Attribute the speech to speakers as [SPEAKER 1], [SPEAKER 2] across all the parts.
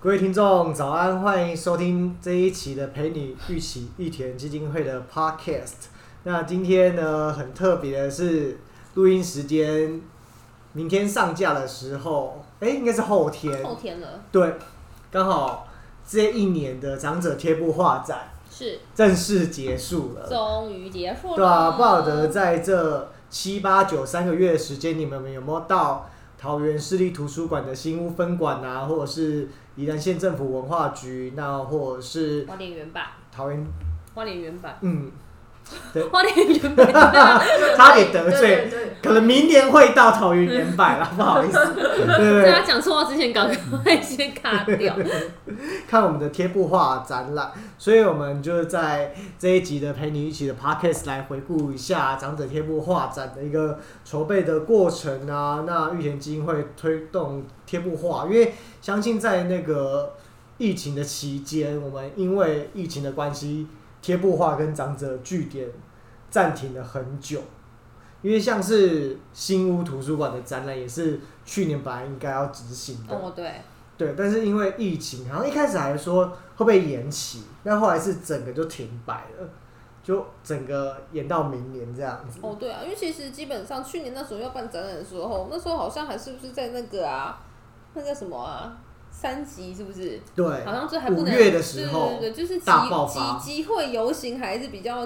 [SPEAKER 1] 各位听众，早安！欢迎收听这一期的“陪你一起一田基金会”的 Podcast。那今天呢，很特别的是，录音时间明天上架的时候，哎，应该是后天。
[SPEAKER 2] 后天了，
[SPEAKER 1] 对，刚好这一年的长者贴布画展
[SPEAKER 2] 是
[SPEAKER 1] 正式结束了。
[SPEAKER 2] 终于结束了。
[SPEAKER 1] 对啊，不晓得在这七八九三个月的时间，你们有没有到桃园市立图书馆的新屋分馆啊，或者是宜兰县政府文化局，那或者是
[SPEAKER 2] 花莲原版，
[SPEAKER 1] 桃园，
[SPEAKER 2] 花莲原版，
[SPEAKER 1] 嗯，
[SPEAKER 2] 花莲原版，
[SPEAKER 1] 差点得罪，
[SPEAKER 3] 对对
[SPEAKER 1] 可能明年会到桃园原版了，不好意思，对对
[SPEAKER 2] 在
[SPEAKER 1] 对
[SPEAKER 2] 他啊讲错话之前，赶快先卡 掉。
[SPEAKER 1] 看我们的贴布画展览，所以我们就是在这一集的陪你一起的 podcast 来回顾一下长者贴布画展的一个筹备的过程啊。那玉田基金会推动贴布画，因为相信在那个疫情的期间，我们因为疫情的关系，贴布画跟长者据点暂停了很久。因为像是新屋图书馆的展览也是去年本来应该要执行的，
[SPEAKER 2] 哦，对，
[SPEAKER 1] 对，但是因为疫情，好像一开始还说会不会延期，但后来是整个就停摆了，就整个延到明年这样子。
[SPEAKER 2] 哦，对啊，因为其实基本上去年那时候要办展览的时候，那时候好像还是不是在那个啊，那叫什么啊，三级是不是？
[SPEAKER 1] 对，
[SPEAKER 2] 好像这还不
[SPEAKER 1] 五
[SPEAKER 2] 能。
[SPEAKER 1] 月的时候
[SPEAKER 2] 对对对，就是集
[SPEAKER 1] 大爆发
[SPEAKER 2] 集集会游行还是比较，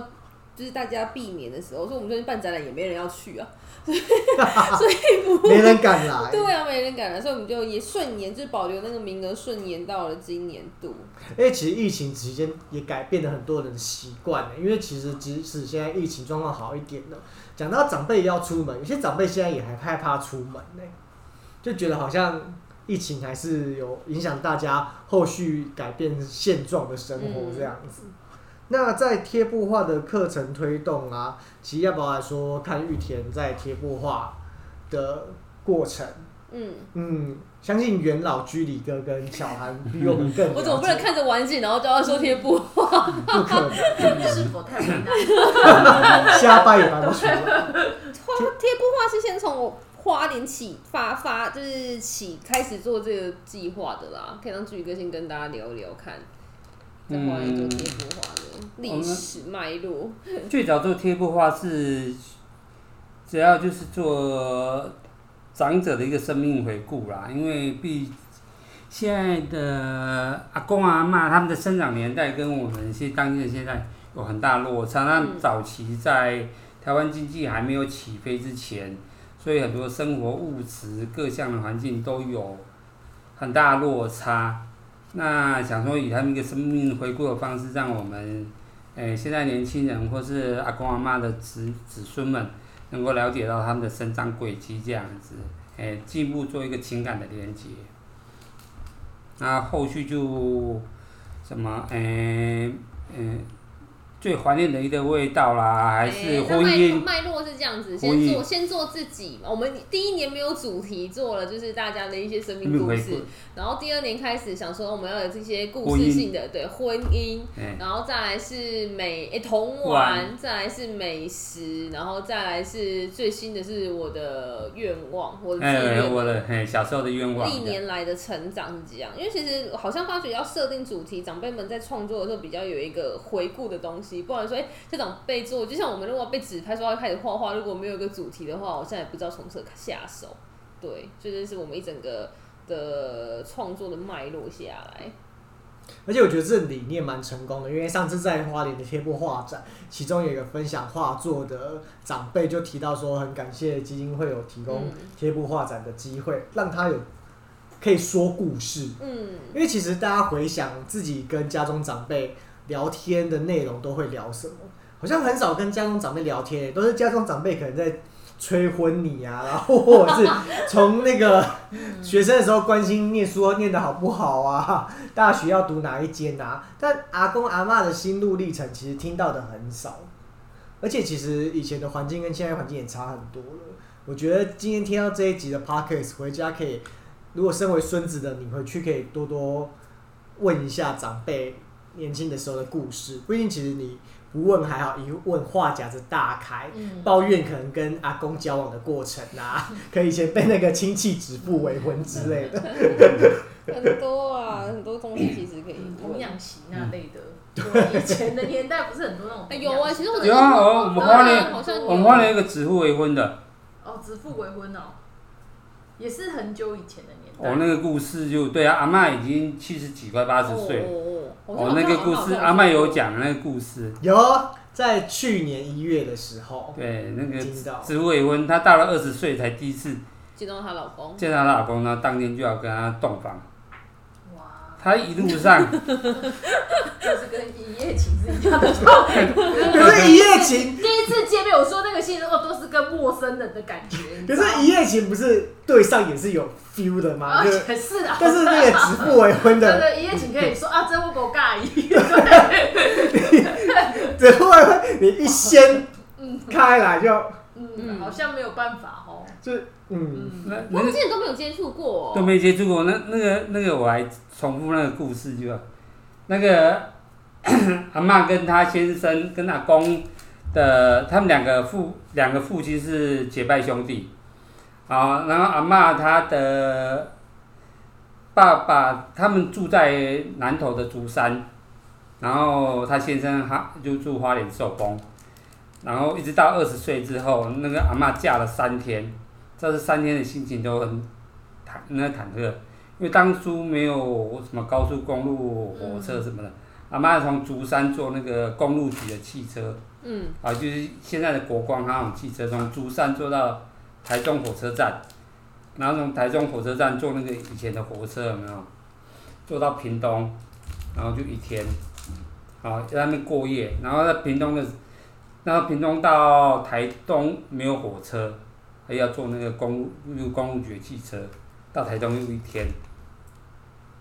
[SPEAKER 2] 就是大家避免的时候，所以我们最近办展览也没人要去啊，所以所以 不
[SPEAKER 1] 没人敢来。
[SPEAKER 2] 对啊，没人敢来，所以我们就也顺延，就是保留那个名额，顺延到了今年度。
[SPEAKER 1] 因为其实疫情期间也改变了很多人的习惯了，因为其实即使现在疫情状况好一点了，讲到长辈要出门，有些长辈现在也还害怕出门呢、就觉得好像疫情还是有影响大家后续改变现状的生活
[SPEAKER 2] 嗯
[SPEAKER 1] 这样子。那在贴布画的课程推动啊，其实要不要来说看玉田在贴布画的过程？
[SPEAKER 2] 嗯，
[SPEAKER 1] 嗯，相信元老居里哥跟小韩比我们更了解，
[SPEAKER 2] 我总不能看着玩景，然后就要说贴布，嗯
[SPEAKER 1] 不可能。
[SPEAKER 3] 对，是否太难？
[SPEAKER 1] 瞎掰也掰不出来。
[SPEAKER 2] 画贴布画是先从我花莲起发发，就是起开始做这个计划的啦。可以让巨哥先跟大家聊一聊看，在花莲做贴布画的历史脉络。
[SPEAKER 4] 最早做贴布画是，只要就是做长者的一个生命回顾啦，因为毕现在的阿公阿嬷他们的生长年代跟我们现当今的现在有很大落差。那早期在台湾经济还没有起飞之前，所以很多生活物质各项的环境都有很大落差。那想说以他们一个生命回顾的方式，让我们诶，现在年轻人或是阿公阿妈的子子孙们，能够了解到他们的生长轨迹这样子，诶，进一步做一个情感的连接。那后续就什么，诶，诶，最怀念的一个味道啦，还是
[SPEAKER 2] 哎
[SPEAKER 4] 婚
[SPEAKER 2] 那
[SPEAKER 4] 姻
[SPEAKER 2] 脉脉络是这样子，
[SPEAKER 4] 婚
[SPEAKER 2] 先
[SPEAKER 4] 姻
[SPEAKER 2] 做先做自己嘛。我们第一年没有主题，做了就是大家的一些生命
[SPEAKER 4] 命
[SPEAKER 2] 故
[SPEAKER 4] 回
[SPEAKER 2] 事
[SPEAKER 4] 顾。，
[SPEAKER 2] 然后第二年开始想说我们要有这些故
[SPEAKER 4] 婚
[SPEAKER 2] 事
[SPEAKER 4] 姻
[SPEAKER 2] 性的，对婚姻，
[SPEAKER 4] 诶，
[SPEAKER 2] 然后再来是美诶童玩，
[SPEAKER 4] 玩
[SPEAKER 2] 再来是美食，然后再来是最新的是我的愿望，我的志
[SPEAKER 4] 诶，
[SPEAKER 2] 愿。
[SPEAKER 4] 哎我的嘿小时候的愿望，
[SPEAKER 2] 历年来的成长是这样，因为其实好像发觉要设定主题，长辈们在创作的时候比较有一个回顾的东西，不然说，哎、这长辈做，就像我们如果被指派说要开始画画，如果没有一个主题的话，我现在也不知道从何下手。对，所以这是我们一整个的创作的脉络下来。
[SPEAKER 1] 而且我觉得这理念蛮成功的，因为上次在花莲的贴布画展，其中有一个分享画作的长辈就提到说，很感谢基金会有提供
[SPEAKER 2] 嗯
[SPEAKER 1] 贴布画展的机会，让他有可以说故事。
[SPEAKER 2] 嗯，
[SPEAKER 1] 因为其实大家回想自己跟家中长辈聊天的内容都会聊什么，好像很少跟家中长辈聊天，都是家中长辈可能在催婚你啊，然后或者是从那个学生的时候关心念书念得好不好啊，大学要读哪一间啊。但阿公阿嬷的心路历程其实听到的很少，而且其实以前的环境跟现在环境也差很多了。我觉得今天听到这一集的 podcast，回家可以如果身为孙子的你回去可以多多问一下长辈年轻的时候的故事，不一定其实你不问还好，一问话匣子大开。
[SPEAKER 2] 嗯，
[SPEAKER 1] 抱怨可能跟阿公交往的过程啊， 可以以前被那个亲戚指腹为婚之类的，
[SPEAKER 2] 很多啊，很多东西其实可以
[SPEAKER 3] 童
[SPEAKER 2] 问。
[SPEAKER 3] 养媳那类的。
[SPEAKER 4] 嗯
[SPEAKER 3] 对，以前的年代不是很多那种
[SPEAKER 2] 哎
[SPEAKER 3] 童养媳。
[SPEAKER 2] 有啊其实我
[SPEAKER 3] 对
[SPEAKER 2] 觉
[SPEAKER 4] 有
[SPEAKER 2] 得
[SPEAKER 4] 啊，我我们
[SPEAKER 2] 当
[SPEAKER 4] 花
[SPEAKER 2] 然
[SPEAKER 4] 莲，
[SPEAKER 2] 好像有
[SPEAKER 4] 我们花莲有一个指腹为婚的，
[SPEAKER 3] 哦，指腹为婚哦，也是很久以前的年代。
[SPEAKER 4] 哦，那个故事就对啊，阿嬷已经七十几快八十岁，
[SPEAKER 2] 哦哦
[SPEAKER 4] 哦，那个故事阿嬷有，讲那个故事，
[SPEAKER 1] 有在去年一月的时候，
[SPEAKER 4] 对，那个
[SPEAKER 1] 听到
[SPEAKER 4] 指腹为婚，她到了二十岁才第一次
[SPEAKER 2] 见到她老公，
[SPEAKER 4] 见到她老公，然后当天就要跟她洞房，
[SPEAKER 3] 哇，
[SPEAKER 4] 她一路上
[SPEAKER 3] 就是跟一夜情是一样的。
[SPEAKER 1] 可是，一夜情，
[SPEAKER 3] 第一次见面，我说那个心哦，都是跟陌生人的感觉。你
[SPEAKER 1] 可
[SPEAKER 3] 知道吗
[SPEAKER 1] 是一夜情不是对上也是有 feel 的吗？
[SPEAKER 2] 哦
[SPEAKER 3] 啊，
[SPEAKER 1] 就
[SPEAKER 3] 也是啊，
[SPEAKER 1] 但是那个指腹为婚
[SPEAKER 3] 对
[SPEAKER 1] 的，
[SPEAKER 3] 对，一夜情可以说啊，真不够尬意。
[SPEAKER 1] 指腹为婚，你一掀开来就
[SPEAKER 3] 嗯，好像没有办法哦。
[SPEAKER 1] 就是嗯，
[SPEAKER 3] 嗯，
[SPEAKER 4] 那
[SPEAKER 2] 我
[SPEAKER 4] 那
[SPEAKER 2] 们
[SPEAKER 4] 个
[SPEAKER 2] 之前都没有接触过、哦
[SPEAKER 4] 都没接触过，那那个那个我还重复那个故事就好，那个 阿嬷跟她先生跟阿公的，他们两个父两个父亲是结拜兄弟，啊，然后阿嬷她的爸爸他们住在南投的竹山，然后她先生哈就住花莲寿丰，然后一直到二十岁之后，那个阿嬷嫁了三天，这是三天的心情都很忐那忐忑，因为当初没有什么高速公路、火车什么的，阿妈从竹山坐那个公路局的汽车，
[SPEAKER 2] 嗯，
[SPEAKER 4] 啊，就是现在的国光它那种汽车，从竹山坐到台中火车站，然后从台中火车站坐那个以前的火车有没有？坐到屏东，然后就一天，啊，在那边过夜，然后在屏东的，然后屏东到台东没有火车，还要坐那个公路路公路局的汽车到台东又一天。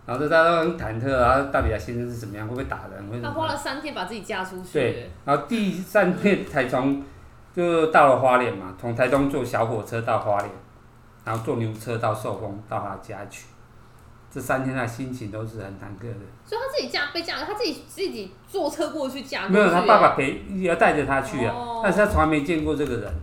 [SPEAKER 4] 然后大家都很忐忑啊，到底他先生是怎么样，会不会打人，会怎
[SPEAKER 2] 她啊
[SPEAKER 4] 么
[SPEAKER 2] 花
[SPEAKER 4] 样？
[SPEAKER 2] 了三天把自己嫁出去，
[SPEAKER 4] 对，然后第三天才从就到了花莲嘛，从台中坐小火车到花莲，然后坐牛车到寿丰到他家去。这三天他心情都是很忐忑的，
[SPEAKER 2] 所以她自己嫁被嫁，她自己自己坐车过去嫁过去，欸
[SPEAKER 4] 没有他爸爸陪，啊也要带着他去啊
[SPEAKER 2] 哦，
[SPEAKER 4] 但是他从来没见过这个人，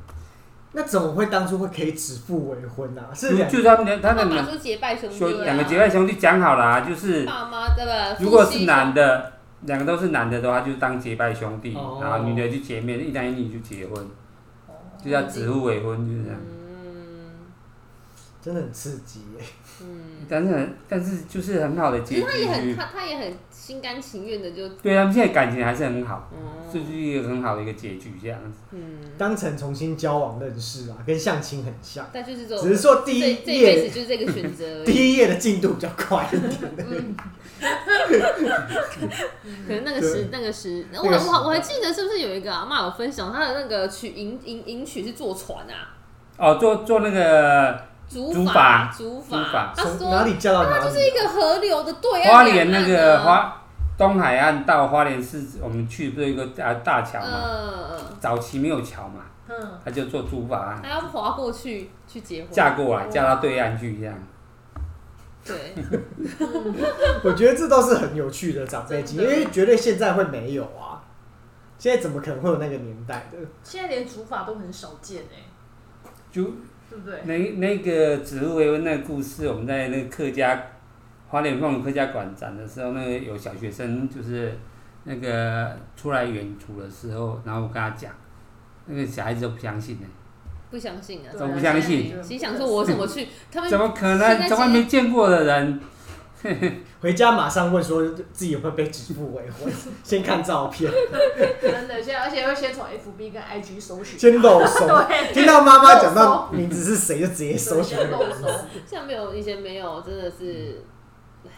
[SPEAKER 1] 那怎么会当初会可以指腹为婚呢、啊？是
[SPEAKER 4] 就
[SPEAKER 1] 两
[SPEAKER 4] 就他们他
[SPEAKER 2] 他
[SPEAKER 4] 们
[SPEAKER 2] 爸爸
[SPEAKER 4] 两
[SPEAKER 2] 就结拜兄弟、
[SPEAKER 4] 兄
[SPEAKER 2] 啊，
[SPEAKER 4] 两个结拜兄弟讲好了、啊，就是
[SPEAKER 2] 爸妈对吧？
[SPEAKER 4] 如果
[SPEAKER 2] 夫妻
[SPEAKER 4] 是男的，两个都是男的的话，就当结拜兄弟，
[SPEAKER 1] 哦
[SPEAKER 4] 然后女的就结面，一男一女就结婚，就叫指腹为婚，就是这样。
[SPEAKER 2] 嗯
[SPEAKER 1] 真的很刺激耶、
[SPEAKER 4] 但是很，但是就是嗯哦很好的
[SPEAKER 2] 其
[SPEAKER 4] 结
[SPEAKER 2] 实他也很
[SPEAKER 4] 局，
[SPEAKER 2] 他他也很心甘情愿的就
[SPEAKER 4] 对他们现在感情还是很好，这、就是一个很好的一个结局这样子。
[SPEAKER 1] 当成重新交往认识啊，跟相亲很像，
[SPEAKER 2] 但就是这
[SPEAKER 1] 只
[SPEAKER 2] 种
[SPEAKER 1] 是说第
[SPEAKER 2] 这
[SPEAKER 1] 一
[SPEAKER 2] 这一辈
[SPEAKER 1] 页
[SPEAKER 2] 子就是这个选 择而
[SPEAKER 1] 第
[SPEAKER 2] 已，
[SPEAKER 1] 一页的进度比较快一点，
[SPEAKER 2] 可能那个时那个时，我
[SPEAKER 1] 那个时
[SPEAKER 2] 我我还记得是不是有一个阿妈有分享她的那个曲迎迎迎娶是坐船啊，
[SPEAKER 4] 哦，做做那个
[SPEAKER 2] 竹
[SPEAKER 4] 竹筏
[SPEAKER 2] 竹
[SPEAKER 4] 竹筏
[SPEAKER 2] 她
[SPEAKER 1] 从
[SPEAKER 2] 说
[SPEAKER 1] 哪里叫到哪里。
[SPEAKER 2] 就是一个河流的对岸
[SPEAKER 4] 花莲那
[SPEAKER 2] 两岸
[SPEAKER 4] 个
[SPEAKER 2] 啊，
[SPEAKER 4] 花东海岸到花莲市，我们去不是有一个大大桥嘛？
[SPEAKER 2] 嗯，
[SPEAKER 4] 早期没有桥嘛，
[SPEAKER 3] 嗯，
[SPEAKER 4] 他就做竹筏
[SPEAKER 2] 还要划过去去结婚，
[SPEAKER 4] 嫁过来，嫁到对岸去这样。
[SPEAKER 2] 对，
[SPEAKER 1] 我觉得这都是很有趣的长辈经验，因
[SPEAKER 3] 真的
[SPEAKER 1] 为绝对现在会没有啊，现在怎么可能会有那个年代的？
[SPEAKER 3] 现在连煮法都很少见哎，
[SPEAKER 4] 就
[SPEAKER 3] 对不对？
[SPEAKER 4] 那那个指腹为婚那个故事，我们在那个客家花莲凤凰客家馆展的时候，那个有小学生就是那个出来远足的时候，然后我跟他讲，那个小孩子都不相信呢、
[SPEAKER 2] 不相信啊
[SPEAKER 3] 对，
[SPEAKER 4] 怎么不相信
[SPEAKER 2] 其实想说我怎么去，他们
[SPEAKER 4] 怎么可
[SPEAKER 2] 嗯现在
[SPEAKER 4] 能？
[SPEAKER 2] 是
[SPEAKER 4] 从来没见过的人，
[SPEAKER 1] 回家马上问说自己有没有被指腹为 婚，先看照片，
[SPEAKER 3] 真的，现在而且会先从 FB 跟 IG 搜寻，
[SPEAKER 1] 先露手。
[SPEAKER 3] 对，
[SPEAKER 1] 听到妈妈讲到名字是谁，就直接搜寻
[SPEAKER 3] 先
[SPEAKER 1] 那
[SPEAKER 3] 露
[SPEAKER 1] 个名
[SPEAKER 3] 手
[SPEAKER 1] 字。，
[SPEAKER 2] 现在没有以前没有，真的是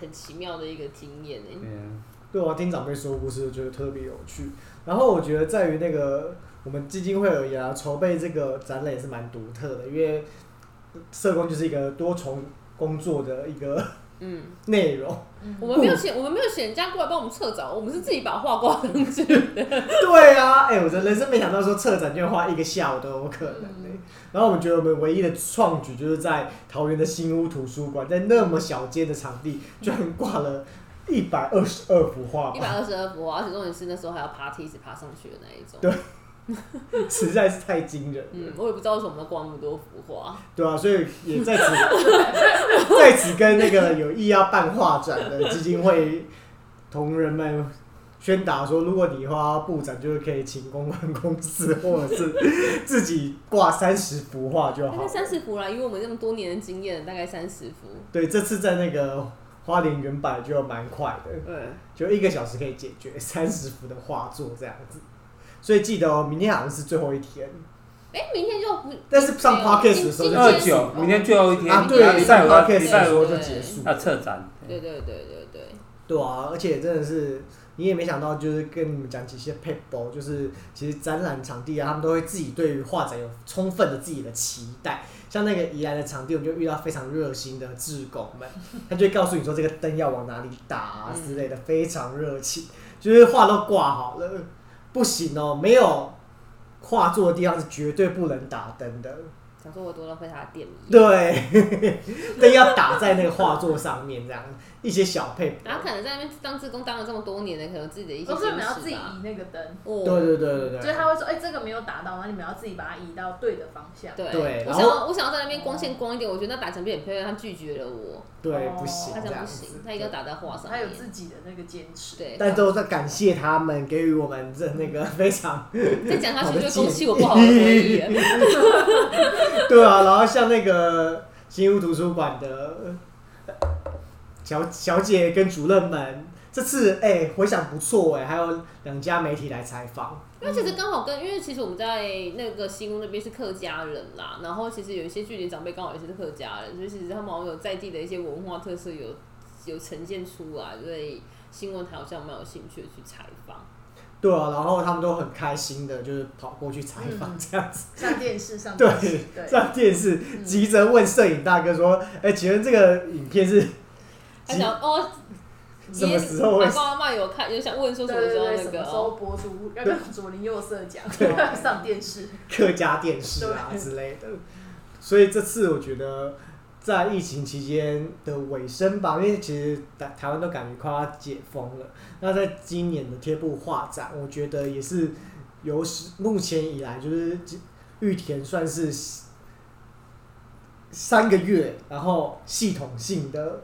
[SPEAKER 2] 很奇妙的一个经验欸
[SPEAKER 4] 对
[SPEAKER 2] 呢。
[SPEAKER 4] 啊
[SPEAKER 1] 对我听长辈说故事，就觉得特别有趣。然后我觉得在于那个我们基金会而言啊，筹备这个展览也是蛮独特的，因为社工就是一个多重工作的一个
[SPEAKER 2] 嗯，
[SPEAKER 1] 内容。
[SPEAKER 2] 我们没有选，我们没有选人家过来帮我们测找，我们是自己把画挂上去。
[SPEAKER 1] 对啊，哎、我的人生没想到说策展就要花一个下午都有可能呢、
[SPEAKER 3] 嗯
[SPEAKER 1] 然后我们觉得我们唯一的创举就是在桃园的新屋图书馆，在那么小间的场地，居然挂了一百二十二幅画
[SPEAKER 2] 一
[SPEAKER 1] 吧，
[SPEAKER 2] 百二十二幅啊，而且重点是那时候还要爬梯子爬上去的那一种。
[SPEAKER 1] 对实在是太惊人了。
[SPEAKER 2] 嗯，我也不知道为什么要挂那么多幅画。
[SPEAKER 1] 对啊，所以也在此在此跟那个有意要办画展的基金会同仁们宣达说，如果你花布展，就是可以请公关公司或者是自己挂三十幅画就
[SPEAKER 2] 大
[SPEAKER 1] 好
[SPEAKER 2] 概。哎三十幅啦，以我们这么多年的经验，大概三十幅。
[SPEAKER 1] 对，这次在那个花莲原版就蛮快的，
[SPEAKER 2] 对，
[SPEAKER 1] 就一个小时可以解决三十幅的画作这样子。所以记得哦，明天好像是最后一天
[SPEAKER 2] 哎，明天就不，
[SPEAKER 1] 但是上
[SPEAKER 2] 没
[SPEAKER 4] 哦
[SPEAKER 2] 有
[SPEAKER 1] podcast 的时候就
[SPEAKER 2] 今今
[SPEAKER 4] 二
[SPEAKER 2] 天是
[SPEAKER 4] 九，明天最后一天，
[SPEAKER 1] 啊，
[SPEAKER 2] 对
[SPEAKER 4] 然后
[SPEAKER 1] 对，
[SPEAKER 4] 礼
[SPEAKER 1] 上
[SPEAKER 4] 拜五要礼
[SPEAKER 1] podcast 的
[SPEAKER 4] 拜
[SPEAKER 1] 时
[SPEAKER 4] 五
[SPEAKER 1] 候就结束了
[SPEAKER 4] 要啊策展，
[SPEAKER 2] 对对对对对，
[SPEAKER 1] 对啊，而且真的是你也没想到，就是跟你们讲几些 people，就是其实展览场地啊，他们都会自己对于画展有充分的自己的期待。像那个宜兰的场地，我们就遇到非常热心的志工 们，他就会告诉你说这个灯要往哪里打、啊、之类的，非常热情。就是画都挂好了，不行哦，没有画作的地方是绝对不能打灯的。
[SPEAKER 2] 想说我多浪费他的电力。
[SPEAKER 1] 对， 灯要打在那个画作上面，这样一些小配。
[SPEAKER 2] 然后可能在那边当志工当了这么多年的，可能有自己的一些
[SPEAKER 3] 都是你
[SPEAKER 2] 坚
[SPEAKER 3] 们要自
[SPEAKER 2] 持
[SPEAKER 3] 己
[SPEAKER 2] 吧。
[SPEAKER 3] 移那个灯，
[SPEAKER 2] 哦
[SPEAKER 1] 对对对对对，
[SPEAKER 3] 就是他会说，哎，这个没有打到，那你们要自己把它移到对的方向。
[SPEAKER 2] 对，
[SPEAKER 1] 对
[SPEAKER 2] 我
[SPEAKER 1] 然
[SPEAKER 2] 想
[SPEAKER 1] 后
[SPEAKER 2] 要我想要在那边光线光一点，我觉得那打成片很漂亮，他拒绝了我，
[SPEAKER 1] 对，
[SPEAKER 3] 哦
[SPEAKER 1] 不行，
[SPEAKER 2] 他
[SPEAKER 1] 这
[SPEAKER 2] 讲
[SPEAKER 1] 样
[SPEAKER 2] 不
[SPEAKER 1] 子
[SPEAKER 2] 行，，他一定要打在画上
[SPEAKER 3] 他有
[SPEAKER 2] 面。
[SPEAKER 3] 自己的那个坚持。
[SPEAKER 2] 对，
[SPEAKER 1] 但都在感谢他们给予我们这那
[SPEAKER 2] 嗯
[SPEAKER 1] 个非常
[SPEAKER 2] 再讲下
[SPEAKER 1] 好
[SPEAKER 2] 去
[SPEAKER 1] 的
[SPEAKER 2] 就
[SPEAKER 1] 建
[SPEAKER 2] 勾
[SPEAKER 1] 议
[SPEAKER 2] 起我不好的回忆了。
[SPEAKER 1] 对啊，然后像那个新屋图书馆的小小姐跟主任们，这次哎、回想不错哎、还有两家媒体来采访，
[SPEAKER 2] 因为其实刚好跟，因为其实我们在那个新屋那边是客家人啦，然后其实有一些距离长辈刚好也是客家人，所以其实他们好像有在地的一些文化特色有有呈现出来，所以新闻台好像蛮有兴趣的去采访。
[SPEAKER 1] 对啊，然后他们都很开心的，就是跑过去采
[SPEAKER 2] 嗯
[SPEAKER 1] 访这样子，
[SPEAKER 3] 上电视上
[SPEAKER 1] 对
[SPEAKER 3] 电视对，
[SPEAKER 1] 上电视
[SPEAKER 2] 嗯
[SPEAKER 1] 急着问摄影大哥说，哎、请问这个影片是
[SPEAKER 2] 他
[SPEAKER 1] 几
[SPEAKER 2] 想 哦，
[SPEAKER 1] 什么时候会
[SPEAKER 2] 阿公阿妈有看，有想问说
[SPEAKER 3] 对
[SPEAKER 2] 什么时
[SPEAKER 3] 对
[SPEAKER 2] 候
[SPEAKER 3] 对，
[SPEAKER 2] 那
[SPEAKER 3] 什么
[SPEAKER 2] 个
[SPEAKER 3] 时
[SPEAKER 2] 哦
[SPEAKER 3] 候播出？要跟左邻右舍讲，
[SPEAKER 1] 对
[SPEAKER 3] 上电视。
[SPEAKER 1] 客家电视啊
[SPEAKER 3] 对
[SPEAKER 1] 之类的。所以这次我觉得，在疫情期间的尾声吧，因为其实台台湾都感觉快要解封了。那在今年的贴布画展，我觉得也是有史目前以来，就是玉田算是三个月，然后系统性的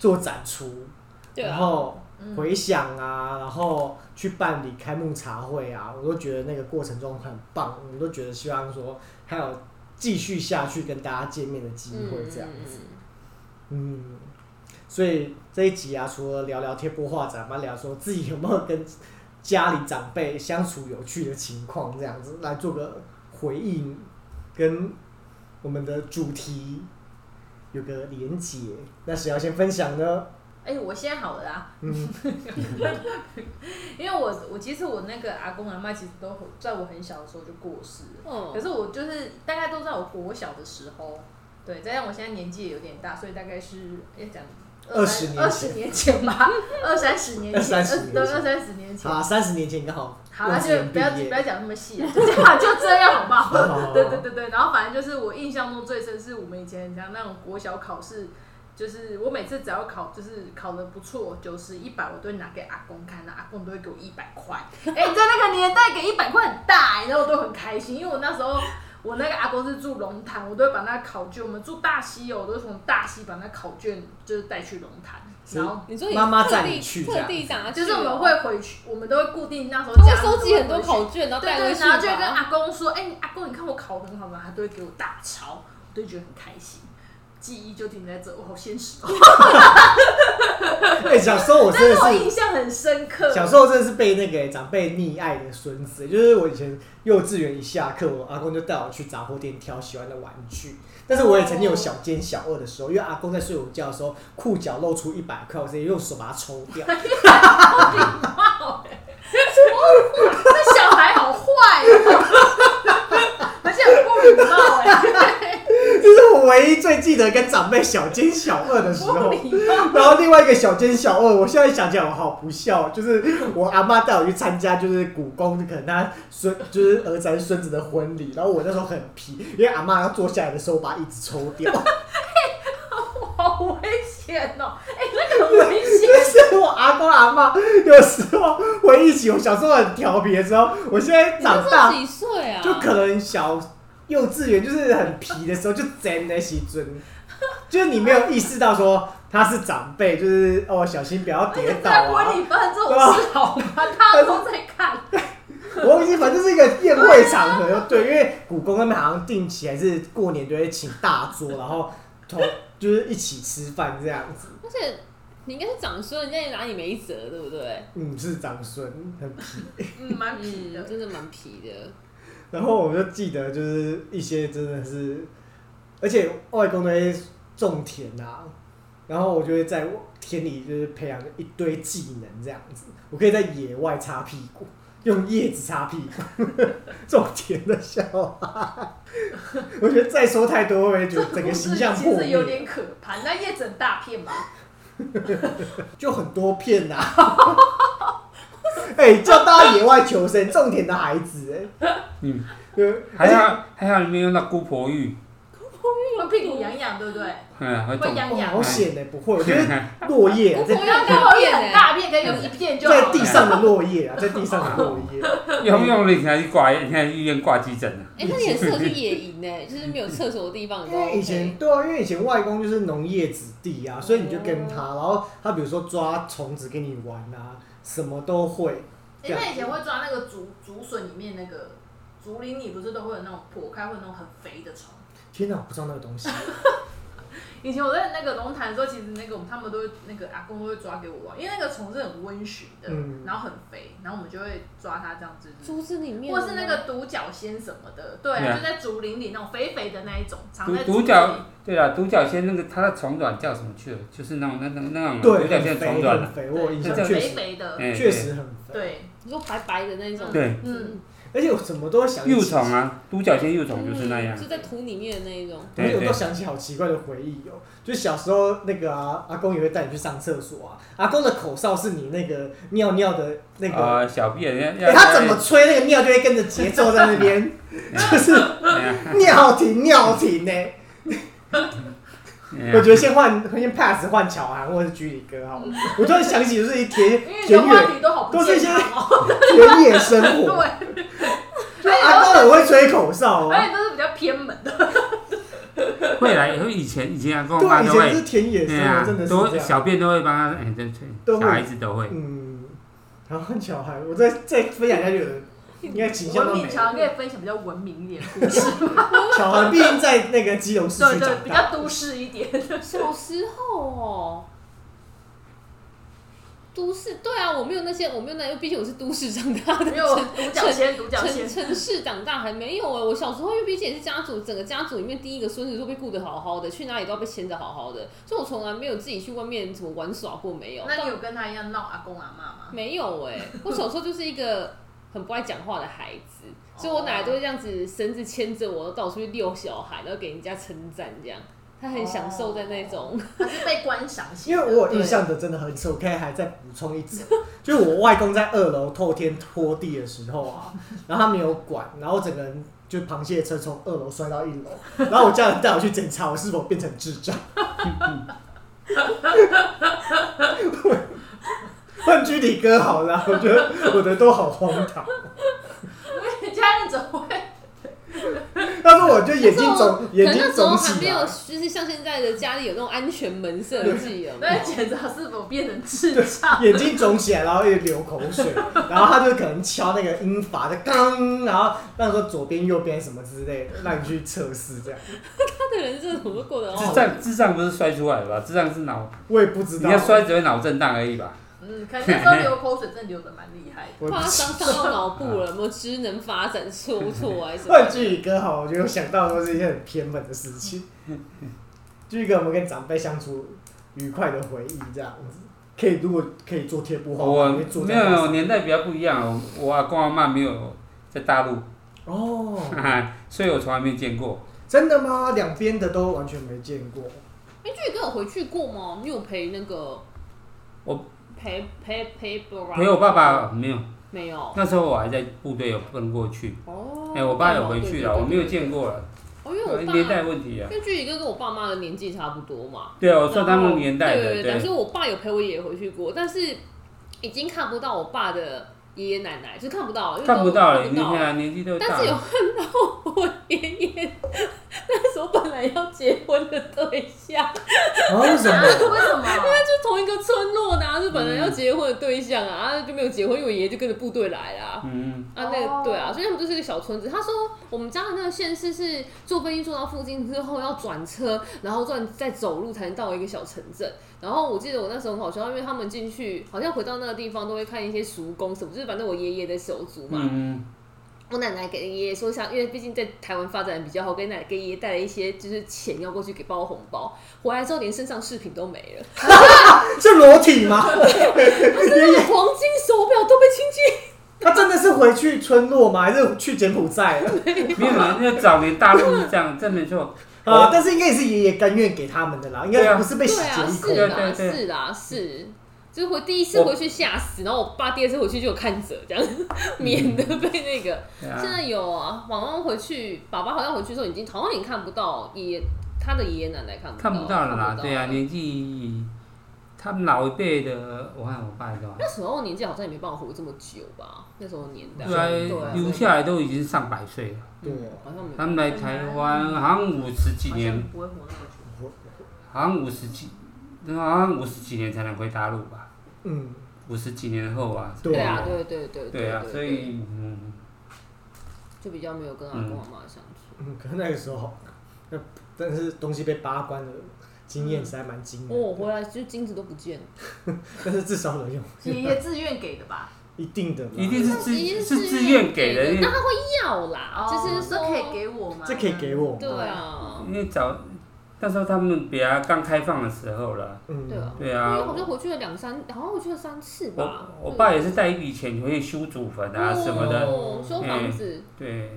[SPEAKER 1] 做展出，
[SPEAKER 2] 对
[SPEAKER 1] 然
[SPEAKER 2] 啊，
[SPEAKER 1] 后回想啊，然后去办理开幕茶会啊，我都觉得那个过程中很棒，我们都觉得希望说还有继续下去跟大家见面的机会这样子。
[SPEAKER 2] 嗯
[SPEAKER 1] 嗯所以这一集啊，除了聊聊贴布画展，嘛，聊说自己有没有跟家里长辈相处有趣的情况，这样子来做个回应，跟我们的主题有个连结。那谁要先分享呢？
[SPEAKER 3] 哎、我先好了啦，
[SPEAKER 1] 嗯，
[SPEAKER 3] 因为我我其实我那个阿公阿妈其实都很在我很小的时候就过世了，
[SPEAKER 2] 嗯
[SPEAKER 3] 可是我就是大概都在我国小的时候，对，再加上我现在年纪也有点大，所以大概是要讲
[SPEAKER 1] 20年前
[SPEAKER 3] 二十年前吧，二三十年前，呃
[SPEAKER 1] 二三十年前
[SPEAKER 3] 对二三十年前。
[SPEAKER 1] 好啊，三十年前刚好
[SPEAKER 3] 好
[SPEAKER 1] 幼
[SPEAKER 3] 了，
[SPEAKER 1] 稚
[SPEAKER 3] 就
[SPEAKER 1] 园
[SPEAKER 3] 不要
[SPEAKER 1] 毕业
[SPEAKER 3] 不要讲那么细了，就 这样就这 样好不好？
[SPEAKER 1] 哦
[SPEAKER 3] 对对对对，然后反正就是我印象中最深是我们以前讲那种国小考试，就是我每次只要考就是考的不错，九十一百我都会拿给阿公看，那阿公都会给我一百块。哎、在那个年代给一百块很大、欸然后我都很开心，因为我那时候。我那个阿公是住龙潭，我都会把那个考卷，我们住大溪哦，我都会从大溪把那考卷就是带去龙潭，
[SPEAKER 1] 是
[SPEAKER 3] 然后
[SPEAKER 2] 你说你
[SPEAKER 1] 妈妈
[SPEAKER 2] 特
[SPEAKER 1] 载
[SPEAKER 2] 地
[SPEAKER 1] 你去这
[SPEAKER 2] 特
[SPEAKER 1] 样
[SPEAKER 2] 地讲下去
[SPEAKER 3] 就
[SPEAKER 2] 哦，
[SPEAKER 3] 是我们会回去，我们都会固定那时候
[SPEAKER 2] 他
[SPEAKER 3] 假
[SPEAKER 2] 会
[SPEAKER 3] 日
[SPEAKER 2] 收
[SPEAKER 3] 都
[SPEAKER 2] 集
[SPEAKER 3] 会
[SPEAKER 2] 很多
[SPEAKER 3] 回去
[SPEAKER 2] 考卷，然后
[SPEAKER 3] 对
[SPEAKER 2] 带
[SPEAKER 3] 哦对，
[SPEAKER 2] 回去
[SPEAKER 3] 然后就跟
[SPEAKER 2] 吧
[SPEAKER 3] 阿公说：“哎、阿公，你看我考得很好吗？”他都会给我大抄，我都会觉得很开心。记忆就停在这，我好现实哦。
[SPEAKER 1] 哎、小时候我真
[SPEAKER 3] 但
[SPEAKER 1] 的
[SPEAKER 3] 是我
[SPEAKER 1] 是，
[SPEAKER 3] 印象很深刻。
[SPEAKER 1] 小时候真的是被那个长辈溺爱的孙子。就是我以前幼稚园一下课，我阿公就带我去杂货店挑喜欢的玩具。但是我也曾经有小奸小恶的时候，因为阿公在睡午觉的时候，裤脚露出一百块，我直接用手把它抽掉。
[SPEAKER 3] 哇这小孩好坏哦，而且很不礼貌哎、
[SPEAKER 1] 这是我唯一最记得跟长辈小奸小恶的时
[SPEAKER 3] 不
[SPEAKER 1] 候。
[SPEAKER 3] 礼貌。
[SPEAKER 1] 然后另外一个小奸小恶，我现在想起来我好不孝，就是我阿妈带我去参加就是古公，可能他孙就是儿子还是孙子的婚礼，然后我那时候很皮，因为阿妈要坐下来的时候，我把椅子抽掉，
[SPEAKER 3] 好危险哦！哎、那个很危险，
[SPEAKER 1] 我阿公阿妈有时候回忆起我小时候很调皮的时候，我现在
[SPEAKER 2] 你那
[SPEAKER 1] 长
[SPEAKER 2] 时
[SPEAKER 1] 大
[SPEAKER 2] 候几岁啊？
[SPEAKER 1] 就可能小幼稚园就是很皮的时候，就真的西尊， 就是你没有意识到说他是长辈，就是哦小心不要
[SPEAKER 3] 而
[SPEAKER 1] 跌
[SPEAKER 3] 且
[SPEAKER 1] 倒
[SPEAKER 3] 在婚
[SPEAKER 1] 啊。
[SPEAKER 3] 礼办这种事好吗？大家都在看，
[SPEAKER 1] 我已经反正是一个宴会场合，对，因为故宫他们好像定期还是过年就会请大桌，然后同就是一起吃饭这样子。
[SPEAKER 2] 而且你应该是长孙，人家也拿你没辙，对不对？
[SPEAKER 1] 嗯，是长孙，很
[SPEAKER 3] 嗯，蛮皮
[SPEAKER 2] 嗯，
[SPEAKER 3] 的。
[SPEAKER 2] 真的蛮皮 的。
[SPEAKER 1] 然后我就记得就是一些真的是，而且外公都会种田啊，然后我就会在田里就是培养一堆技能这样子，我可以在野外擦屁股，用叶子擦屁股， 种田的笑话。我觉得再说太多，会不会觉
[SPEAKER 3] 这
[SPEAKER 1] 得整个
[SPEAKER 3] 故
[SPEAKER 1] 形
[SPEAKER 3] 事
[SPEAKER 1] 象
[SPEAKER 3] 其
[SPEAKER 1] 破
[SPEAKER 3] 实有
[SPEAKER 1] 灭？
[SPEAKER 3] 点可怕，那叶整大片吧。
[SPEAKER 1] 就很多片啊。哎、叫大家野外求生，种田的孩子、哎，
[SPEAKER 4] 嗯，
[SPEAKER 1] 对，
[SPEAKER 4] 还好还好你没用到姑婆芋，
[SPEAKER 3] 会屁股痒痒，对不对？
[SPEAKER 4] 嗯，会
[SPEAKER 3] 会
[SPEAKER 4] 肿。
[SPEAKER 3] 痒
[SPEAKER 1] 哦
[SPEAKER 3] 痒
[SPEAKER 1] 好。险哎、不会，我觉得落叶啊
[SPEAKER 2] 姑
[SPEAKER 1] 在
[SPEAKER 2] 姑
[SPEAKER 3] 要
[SPEAKER 2] 要
[SPEAKER 3] 跟我
[SPEAKER 2] 大
[SPEAKER 3] 一
[SPEAKER 2] 便
[SPEAKER 3] 很
[SPEAKER 2] 呢，
[SPEAKER 3] 大片，跟用一片就好
[SPEAKER 1] 在
[SPEAKER 3] 了。
[SPEAKER 1] 地上的落叶啊，在地上的落叶，啊
[SPEAKER 4] 用不用你才去挂，你才去医院挂急诊啊？
[SPEAKER 2] 哎，那你很适合去野营呢，就是没有厕所的地
[SPEAKER 3] 哦
[SPEAKER 2] 方，你
[SPEAKER 1] 因
[SPEAKER 2] 都 OK
[SPEAKER 1] 为以前对啊，因为以前外公就是农业子弟
[SPEAKER 3] 哦
[SPEAKER 1] 啊，所以你就跟他，然后他比如说抓虫子跟你玩啊，什么都会。
[SPEAKER 3] 因为以前会抓那个竹竹笋里面那个竹林里不是都会有那种破开会有那种很肥的虫。
[SPEAKER 1] 天哪，我不知道那个 东西，
[SPEAKER 3] 以前我在那个龙潭的时候，其实那个我们他们都会那个阿公都会抓给我玩，因为那个虫是很温驯的，
[SPEAKER 1] 嗯
[SPEAKER 3] 然后很肥，然后我们就会抓它这样子。
[SPEAKER 2] 竹子里面，
[SPEAKER 3] 或是那个独角仙什么的，对、
[SPEAKER 4] 对
[SPEAKER 3] 啊，
[SPEAKER 4] 啊
[SPEAKER 3] 就在竹林里那种肥肥的那一种，藏
[SPEAKER 4] 独
[SPEAKER 3] 在
[SPEAKER 4] 独
[SPEAKER 3] 林
[SPEAKER 4] 角
[SPEAKER 3] 里，
[SPEAKER 4] 对啊，独角仙那个它的虫卵叫什么去了？就是那种那那那种
[SPEAKER 1] 对，
[SPEAKER 4] 独角仙
[SPEAKER 1] 很
[SPEAKER 4] 的虫
[SPEAKER 1] 肥
[SPEAKER 4] 卵
[SPEAKER 1] 很
[SPEAKER 4] 啊，
[SPEAKER 1] 肥，哎我有印象
[SPEAKER 4] 对
[SPEAKER 1] 确
[SPEAKER 3] 肥
[SPEAKER 1] 实
[SPEAKER 3] 肥的，
[SPEAKER 4] 哎
[SPEAKER 1] 确实很肥，
[SPEAKER 3] 对，
[SPEAKER 2] 你说白白的那种，
[SPEAKER 4] 对，
[SPEAKER 3] 嗯，
[SPEAKER 1] 而且我什么都想
[SPEAKER 4] 幼
[SPEAKER 1] 起，
[SPEAKER 4] 虫啊，独角仙幼虫
[SPEAKER 2] 嗯，
[SPEAKER 4] 就是那样。
[SPEAKER 2] 就在土里面的那 一种。
[SPEAKER 1] 而且
[SPEAKER 4] 对
[SPEAKER 1] 我
[SPEAKER 4] 对
[SPEAKER 1] 都，想起好奇怪的回忆哦，就小时候那个啊，阿公也会带你去上厕所啊，阿公的口哨是你那个尿尿的那个
[SPEAKER 4] 啊，小便要
[SPEAKER 1] 欸、
[SPEAKER 4] 要
[SPEAKER 1] 他怎么吹那个尿就会跟着节奏在那 边， 就是
[SPEAKER 4] 哎呀
[SPEAKER 1] 尿停尿停呢、
[SPEAKER 4] 哎呀
[SPEAKER 1] 我觉得先换先 pass 换巧涵或者是居里哥 好了。我突然想起就是一田
[SPEAKER 3] 因为
[SPEAKER 1] 田
[SPEAKER 3] 的
[SPEAKER 1] 园
[SPEAKER 3] 话题都好 不
[SPEAKER 1] 都是一
[SPEAKER 3] 健
[SPEAKER 1] 些
[SPEAKER 3] 康哦，
[SPEAKER 1] 田野生
[SPEAKER 3] 对，
[SPEAKER 1] 活， 啊
[SPEAKER 3] 而
[SPEAKER 1] 就
[SPEAKER 3] 啊
[SPEAKER 1] 阿公很会吹口哨哦。
[SPEAKER 3] 且都是比较偏门的，
[SPEAKER 4] 会来，会以前以前阿公阿
[SPEAKER 1] 对，以
[SPEAKER 4] 妈都
[SPEAKER 1] 前是
[SPEAKER 4] 会，
[SPEAKER 1] 田野生
[SPEAKER 4] 啊对
[SPEAKER 1] 活，
[SPEAKER 4] 啊
[SPEAKER 1] 真的，是
[SPEAKER 4] 都
[SPEAKER 1] 这样。
[SPEAKER 4] 小便都会帮他，哎，真
[SPEAKER 1] 都
[SPEAKER 4] 对，
[SPEAKER 1] 会
[SPEAKER 4] 小孩子都会。
[SPEAKER 1] 嗯，然后换巧涵，我再再分享下去，应该形象
[SPEAKER 3] 文
[SPEAKER 1] 都没
[SPEAKER 3] 明
[SPEAKER 1] 了。
[SPEAKER 3] 强可以分享比较文明一点的故 事，
[SPEAKER 1] 巧涵毕竟在那个基隆市
[SPEAKER 3] 对
[SPEAKER 1] 区
[SPEAKER 3] 对，
[SPEAKER 1] 长
[SPEAKER 3] 比
[SPEAKER 1] 大
[SPEAKER 3] 较，都市一 点。
[SPEAKER 2] 小时候哦，都市对啊，我没有那些，我没有那，毕竟我是都市长大的，
[SPEAKER 3] 没有独角仙，独角
[SPEAKER 2] 城
[SPEAKER 3] 仙，
[SPEAKER 2] 城市长大还没有哎、我小时候因为毕竟也是家族，整个家族里面第一个孙子都被顾得好好的，去哪里都要被牵着好好的，所以我从来没有自己去外面怎么玩耍过，没有。
[SPEAKER 3] 那
[SPEAKER 2] 到
[SPEAKER 3] 你有跟他一样闹阿公阿妈吗？
[SPEAKER 2] 没有哎、我小时候就是一个很不爱讲话的孩子， 所以我奶奶都
[SPEAKER 3] 哦
[SPEAKER 2] 会这样子绳子牵着我到处去遛小孩，然后给人家称赞这样，她很享受在那 种。
[SPEAKER 3] 他是被观赏型
[SPEAKER 1] 因
[SPEAKER 3] 的，
[SPEAKER 1] 为我有印象的真的很丑，我可以还再补充一集， 就是我外公在二楼透天拖地的时候 啊，然后他没有管，然后整个人就螃蟹车从二楼摔到一楼，然后我家人带我去检查我是否变成智障。 换居里哥好了，我觉得我的都好荒唐。
[SPEAKER 3] 对， 家人怎么会？
[SPEAKER 1] 他说我就眼睛
[SPEAKER 2] 可
[SPEAKER 1] 肿，眼睛
[SPEAKER 2] 那时候
[SPEAKER 1] 肿
[SPEAKER 2] 还
[SPEAKER 1] 起
[SPEAKER 2] 没有，
[SPEAKER 1] 来。
[SPEAKER 2] 就是像现在的家里有那种安全门设计有没有
[SPEAKER 3] 那检查是否变成智 障？
[SPEAKER 1] 眼睛肿起来，然后又流口水，然后他就可能敲那个音阀的刚，然后让说左边右边什么之类的，让你去测试这样。
[SPEAKER 2] 他的人生怎么都过得
[SPEAKER 1] 哦
[SPEAKER 2] 好
[SPEAKER 4] 智
[SPEAKER 2] 好的？
[SPEAKER 4] 障智障不是摔出来的吧？智障是脑，
[SPEAKER 1] 我也不知道，
[SPEAKER 4] 你要摔只会脑震荡而已吧？
[SPEAKER 3] 嗯，可能那时候流口水真的流的蛮厉害的。
[SPEAKER 1] 我也不
[SPEAKER 2] 怕他
[SPEAKER 1] 知道。
[SPEAKER 2] 伤伤到脑部了，有没有知能发展错错啊？还是什
[SPEAKER 1] 换
[SPEAKER 2] 么？
[SPEAKER 1] 句宇哥好，我觉得我想到的都是一些很偏门的事情。句宇哥，我们跟长辈相处愉快的回忆这样子，可以如果可以做贴布画，
[SPEAKER 4] 我
[SPEAKER 1] 可以做
[SPEAKER 4] 没
[SPEAKER 1] 在那上
[SPEAKER 4] 有年代比较不一样，我我阿公阿妈没有在大陆，
[SPEAKER 1] 哦，
[SPEAKER 4] 所以我从来没见过。
[SPEAKER 1] 真的吗？两边的都完全没见 过。啊
[SPEAKER 2] 哎，俊宇哥有回去过吗？你有陪那个
[SPEAKER 4] 我
[SPEAKER 2] 陪陪陪爸爸
[SPEAKER 4] 陪我爸爸没有，
[SPEAKER 2] 没有？
[SPEAKER 4] 那时候我还在部队有跟过去。哎
[SPEAKER 2] 哦
[SPEAKER 4] 哎、我爸有回去了，我没有见过了。
[SPEAKER 2] 哦，因为我爸
[SPEAKER 4] 年代问题啊。
[SPEAKER 2] 因为巨宇哥跟我爸妈的年纪差不多嘛，
[SPEAKER 4] 对啊，我算他们年
[SPEAKER 2] 然
[SPEAKER 4] 代
[SPEAKER 2] 后对
[SPEAKER 4] 的，
[SPEAKER 2] 对对，所
[SPEAKER 4] 对
[SPEAKER 2] 以我爸有陪我爷爷回去过，但是已经看不到我爸的爷爷奶奶，就看不到，因为都
[SPEAKER 4] 看不到了，
[SPEAKER 2] 看
[SPEAKER 4] 你
[SPEAKER 2] 不到了。
[SPEAKER 4] 看年纪都
[SPEAKER 2] 但
[SPEAKER 4] 大
[SPEAKER 2] 是有
[SPEAKER 4] 了，
[SPEAKER 2] 看到我爷爷，那是我本来要结婚的对象，
[SPEAKER 1] 啊，为什
[SPEAKER 3] 啊
[SPEAKER 1] 么？
[SPEAKER 3] 为什么？
[SPEAKER 2] 就同一个村落的、啊，是本来要结婚的对象啊，啊就没有结婚，因为我爷爷就跟着部队来啦、
[SPEAKER 4] 嗯，
[SPEAKER 2] 啊，那
[SPEAKER 3] 哦
[SPEAKER 2] 个对啊，所以他们就是一个小村子。他说我们家的那个县市是坐飞机坐到附近之后要转车，然后转再走路才能到一个小城镇。然后我记得我那时候很好笑，因为他们进去好像回到那个地方都会看一些叔公什么，就是反正我爷爷的手足嘛。
[SPEAKER 4] 嗯
[SPEAKER 2] 我奶奶给爷爷说一下，因为毕竟在台湾发展比较好，给奶给爷爷带了一些就是钱要过去给包红包。回来之后连身上饰品都没 了，
[SPEAKER 1] 是裸体吗？
[SPEAKER 2] 那个黄金手表都被亲戚
[SPEAKER 1] 他真的是回去村落吗？还是去柬埔寨了？
[SPEAKER 4] 嗯，没有啊，因为早年大陆是这样，真没错，
[SPEAKER 1] 啊，但是应该也是爷爷甘愿给他们的啦，应
[SPEAKER 4] 对
[SPEAKER 1] 该
[SPEAKER 4] 啊
[SPEAKER 1] 不是被洗
[SPEAKER 2] 哦对啊，
[SPEAKER 1] 劫一
[SPEAKER 2] 是
[SPEAKER 1] 空。
[SPEAKER 4] 对
[SPEAKER 2] 啦，
[SPEAKER 4] 对
[SPEAKER 2] 是啦，是。啊就是回第一次
[SPEAKER 4] 我
[SPEAKER 2] 回去吓死，然后我爸第二次回去就有看着，这样 免得被那个。
[SPEAKER 4] 对啊
[SPEAKER 2] 现，在有啊，往往回去，爸爸好像回去的时候已经好像已经看不到爷爷他的爷爷奶奶看不到，
[SPEAKER 4] 看不到了
[SPEAKER 2] 看
[SPEAKER 4] 啦，
[SPEAKER 2] 不
[SPEAKER 4] 对啊，年纪他们老一辈的，我看我爸多少
[SPEAKER 2] 那时候年纪好像也没办法活这么久吧，那时候年代，
[SPEAKER 4] 对啊，留下来都已经上百岁了。
[SPEAKER 1] 对啊
[SPEAKER 2] 好像没
[SPEAKER 4] 他们来台湾好像五十几
[SPEAKER 3] 好
[SPEAKER 4] 年
[SPEAKER 3] 像，不会活那么久。
[SPEAKER 4] 好像五十几，好像五十几年才能回大陆吧？
[SPEAKER 1] 嗯，
[SPEAKER 4] 五十几年后啊，
[SPEAKER 1] 对
[SPEAKER 2] 对啊，对对对
[SPEAKER 4] 对啊，
[SPEAKER 2] 对
[SPEAKER 4] 所以嗯，
[SPEAKER 2] 就比较没有跟阿公阿妈相处。
[SPEAKER 1] 嗯，可能那个时候，那但是东西被扒光的经验实在蛮
[SPEAKER 4] 嗯
[SPEAKER 1] 惊人，
[SPEAKER 2] 哦，我回来就金子都不见了。
[SPEAKER 1] 但是至少有用，
[SPEAKER 3] 爷爷自愿给的吧？
[SPEAKER 1] 一定的啦，
[SPEAKER 4] 一定是
[SPEAKER 2] 一定
[SPEAKER 4] 自
[SPEAKER 2] 是
[SPEAKER 4] 是自愿给的，因
[SPEAKER 2] 那
[SPEAKER 4] 为
[SPEAKER 2] 他会要啦，就
[SPEAKER 3] 哦
[SPEAKER 2] 是
[SPEAKER 3] 这
[SPEAKER 2] 说
[SPEAKER 3] 可以给我吗？
[SPEAKER 1] 这可以给我吗
[SPEAKER 2] 对啊，
[SPEAKER 4] 因为早那时候他们比较刚开放的时候了，
[SPEAKER 1] 嗯，
[SPEAKER 2] 对啊，
[SPEAKER 4] 对
[SPEAKER 2] 因
[SPEAKER 4] 啊
[SPEAKER 2] 为，好像回去了两三，好像回去了三次吧
[SPEAKER 4] 我。我爸也是带一笔钱回去修祖坟啊什么的，嗯
[SPEAKER 2] 哦修房子
[SPEAKER 4] 对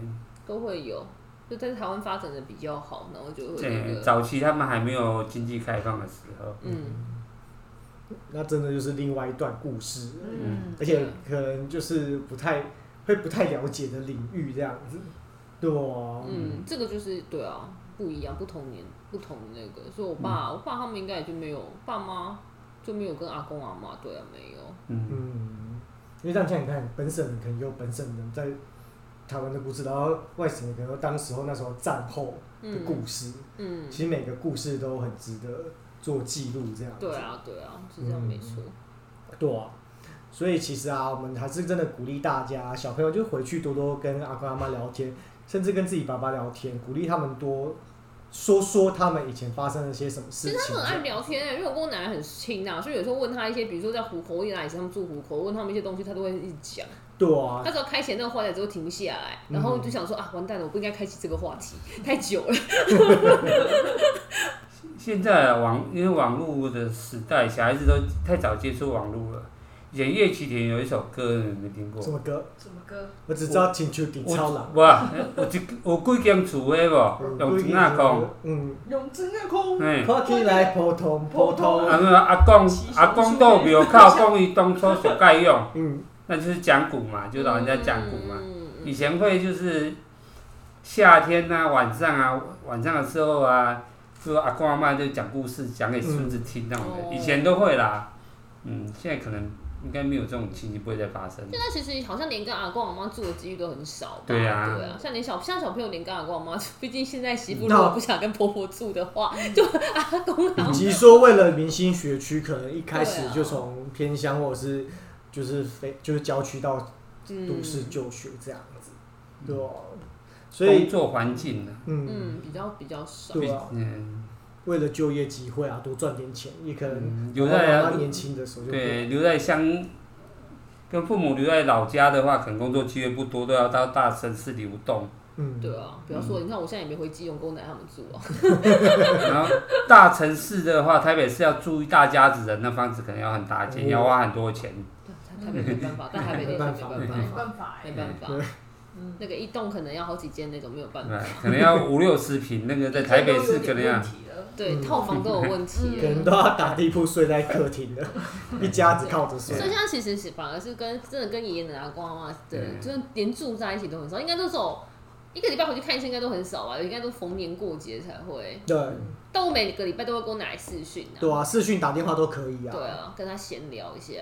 [SPEAKER 2] 都会有，就在台湾发展的比较好，然后就会那
[SPEAKER 4] 对，
[SPEAKER 2] 个，
[SPEAKER 4] 早期他们还没有经济开放的时候，
[SPEAKER 2] 嗯，
[SPEAKER 1] 那真的就是另外一段故事，
[SPEAKER 2] 啊
[SPEAKER 3] 嗯，
[SPEAKER 1] 而且可能就是不太会不太了解的领域这样子，对啊，
[SPEAKER 2] 嗯，这个就是对啊，不一样，不同年，不同那个。所以我
[SPEAKER 4] 嗯
[SPEAKER 2] 爸，我爸他们应该也就没有，爸妈就没有跟阿公阿妈，对啊，没有。
[SPEAKER 4] 嗯，
[SPEAKER 1] 嗯，因为这样想想看，本省人可能有本省人在台湾的故事，然后外省人可能有当时候那时候战后的
[SPEAKER 2] 嗯
[SPEAKER 1] 故事，
[SPEAKER 2] 嗯，
[SPEAKER 1] 其实每个故事都很值得做记录，这样子
[SPEAKER 2] 对，啊对啊，是这样
[SPEAKER 1] 嗯
[SPEAKER 2] 没错。
[SPEAKER 1] 对啊。所以其实啊，我们还是真的鼓励大家，小朋友就回去多多跟阿公阿妈聊天，甚至跟自己爸爸聊天，鼓励他们多说说他们以前发生了些什么事
[SPEAKER 2] 其实
[SPEAKER 1] 情。
[SPEAKER 2] 他们很爱聊天、欸，因为我跟我奶奶很亲呐、所以有时候问她一些，比如说在虎口，我奶奶也是他们住虎口，问他们一些东西，她都会一直讲。
[SPEAKER 1] 对啊
[SPEAKER 2] 她，只要开启那个话题之后停下来，然
[SPEAKER 4] 嗯
[SPEAKER 2] 后就想说、啊，完蛋了，我不应该开启这个话题，太久了。
[SPEAKER 4] 现在网因为网络的时代，小孩子都太早接触网络了。以前叶启田有一首歌，你有没有听过
[SPEAKER 1] 什？么歌？
[SPEAKER 3] 什么歌？
[SPEAKER 1] 我只知道《请求给超人
[SPEAKER 4] 我啊，有一有几间厝的无，》，用钱仔
[SPEAKER 2] 哦
[SPEAKER 4] 讲，，
[SPEAKER 1] 嗯，
[SPEAKER 3] 永贞的空，
[SPEAKER 4] 嘿，
[SPEAKER 1] 看起来普通普
[SPEAKER 4] 啊
[SPEAKER 1] 通，
[SPEAKER 4] 那阿公阿公到庙口讲伊当初所盖用，
[SPEAKER 1] 嗯，
[SPEAKER 4] 那就是讲古嘛，就老人家讲古嘛。
[SPEAKER 2] 嗯
[SPEAKER 4] 以前会就是夏天啊，晚上啊，晚上的时候啊，就阿公阿妈就讲故事讲给孙子听那种
[SPEAKER 2] 嗯
[SPEAKER 4] 的，
[SPEAKER 2] 哦
[SPEAKER 4] 以前都会啦。嗯，现在可能应该没有这种情形，不会再发生。
[SPEAKER 2] 现在其实好像连跟阿公阿妈住的机遇都很少吧？
[SPEAKER 4] 对啊
[SPEAKER 2] 对啊，像连小像小朋友连跟阿公阿妈住，毕竟现在媳妇
[SPEAKER 1] 嗯
[SPEAKER 2] 如果不想跟婆婆住的话，就阿公阿
[SPEAKER 4] 嗯
[SPEAKER 1] 以
[SPEAKER 2] 妈。
[SPEAKER 1] 及说为了明星学区，可能一开始就从偏乡或者是就是非就是郊区到都市就学这样子，
[SPEAKER 4] 嗯
[SPEAKER 1] 对哦、所
[SPEAKER 4] 工
[SPEAKER 1] 以
[SPEAKER 4] 作环境呢、
[SPEAKER 1] 嗯，
[SPEAKER 2] 嗯，比较比较少。
[SPEAKER 1] 对啊，
[SPEAKER 4] 嗯，
[SPEAKER 1] 为了就业机会啊，多赚点钱，也可能
[SPEAKER 4] 嗯留
[SPEAKER 1] 爸爸妈
[SPEAKER 4] 在
[SPEAKER 1] 妈年轻的时候就
[SPEAKER 4] 对留在乡，跟父母留在老家的话，可能工作机会不多，都要到大城市流动。
[SPEAKER 1] 嗯，
[SPEAKER 2] 对啊，比方说，你看我现在也没回基隆跟我奶奶他们住 啊。
[SPEAKER 4] 然后大城市的话，台北市要住一大家子人，那房子可能要很大间，
[SPEAKER 1] 嗯
[SPEAKER 4] 要花很多钱。
[SPEAKER 2] 台台北没办法，但台北地方没办
[SPEAKER 1] 没
[SPEAKER 2] 法
[SPEAKER 1] 办，
[SPEAKER 3] 没办法
[SPEAKER 2] 没
[SPEAKER 3] 哎。
[SPEAKER 2] 办法。
[SPEAKER 3] 嗯
[SPEAKER 2] 那个一栋可能要好几间那种，没有办法。
[SPEAKER 4] 对，可能要五六十平，那个在台北市可能要
[SPEAKER 3] 问。题了。
[SPEAKER 2] 对，
[SPEAKER 1] 嗯
[SPEAKER 2] 套房都有问题
[SPEAKER 1] 可
[SPEAKER 2] 了。
[SPEAKER 1] 能都要打地铺睡在客厅 的，一家子靠着睡
[SPEAKER 2] 所以。现在其实
[SPEAKER 1] 嗯
[SPEAKER 2] 是反而是跟真的跟爷爷奶奶、阿公阿妈的，
[SPEAKER 4] 对
[SPEAKER 2] 就是连住在一起都很少，应该都是有哦一个礼拜回去看一次应该都很少吧，应该都逢年过节才会。
[SPEAKER 1] 对
[SPEAKER 2] 但我每个礼拜都会跟我奶奶视讯啊。
[SPEAKER 1] 对啊，视讯打电话都可以啊。
[SPEAKER 2] 对啊，跟她闲聊一下。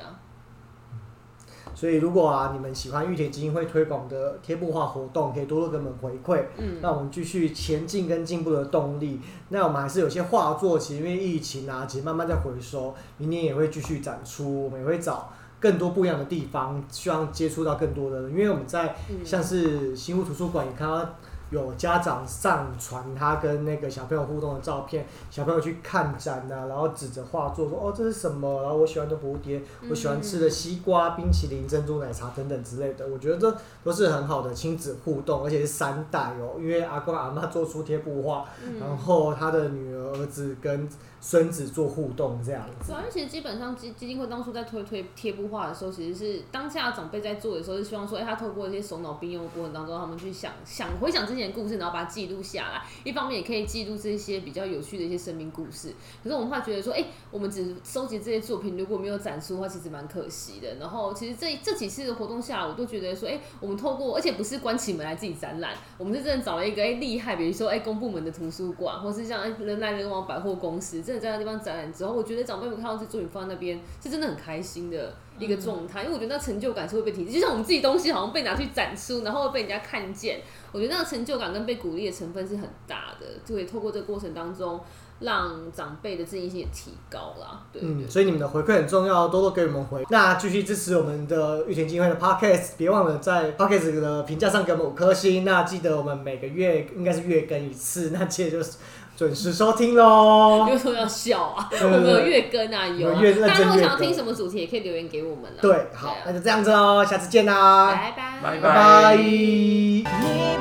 [SPEAKER 1] 所以如果啊你们喜欢玉田基金会推广的贴布画活动，可以多多给我们回馈，
[SPEAKER 2] 嗯，
[SPEAKER 1] 让我们继续前进跟进步的动力。那我们还是有些画作，其实因为疫情啊，其实慢慢在回收，明年也会继续展出，我们也会找更多不一样的地方，希望接触到更多的人。因为我们在
[SPEAKER 2] 嗯
[SPEAKER 1] 像是新屋图书馆也看到有家长上传他跟那个小朋友互动的照片，小朋友去看展啊，然后指着画作说：“哦，这是什么？”然后我喜欢的蝴蝶，我喜欢吃的西瓜、冰淇淋、珍珠奶茶等等之类的。我觉得这都是很好的亲子互动，而且是三代哦，因为阿公阿妈做出贴布画，
[SPEAKER 2] 嗯
[SPEAKER 1] 然后他的女儿、儿子跟孙子做互动这样子
[SPEAKER 2] 对。啊，因为其实基本上基基金会当初在推推贴布画的时候，其实是当下长辈在做的时候，是希望说，哎、他透过一些手脑并用的过程当中，他们去想 想回想之前的故事，然后把它记录下来。一方面也可以记录这些比较有趣的一些生命故事。可是我们会觉得说，哎、我们只收集这些作品，如果没有展出的话，其实蛮可惜的。然后其实这这几次的活动下来，我都觉得说，哎、我们透过，而且不是关起门来自己展览，我们是真的找了一个哎厉、害，比如说哎、公部门的图书馆，或是像哎、人来人往百货公司，真的在那地方展览之后，我觉得长辈们看到这作品放在那边，是真的很开心的一个状态，因为我觉得那成就感是会被提，就像我们自己东西好像被拿去展出，然后被人家看见，我觉得那个成就感跟被鼓励的成分是很大的，就可以透过这个过程当中。让长辈的自信心也提高啦，对对
[SPEAKER 1] 嗯，所以你们的回馈很重要，多多给我们回。那继续支持我们的玉田基金会的 podcast，别忘了在 podcast 的评价上给我们五颗星。那记得我们每个月应该是月更一次，那记得就是准时收听喽
[SPEAKER 2] 你。为什么要笑啊？
[SPEAKER 1] 对 对
[SPEAKER 2] 我
[SPEAKER 1] 对
[SPEAKER 2] 们有月更啊，有
[SPEAKER 1] 我
[SPEAKER 2] 啊
[SPEAKER 1] 们月。认真
[SPEAKER 2] 大家如果
[SPEAKER 1] 月
[SPEAKER 2] 想要听
[SPEAKER 1] 更
[SPEAKER 2] 什么主题，也可以留言给我们啦。啊
[SPEAKER 1] 对，好，那就这样子喽，下次见啦，
[SPEAKER 2] 拜拜
[SPEAKER 4] 拜
[SPEAKER 1] 拜拜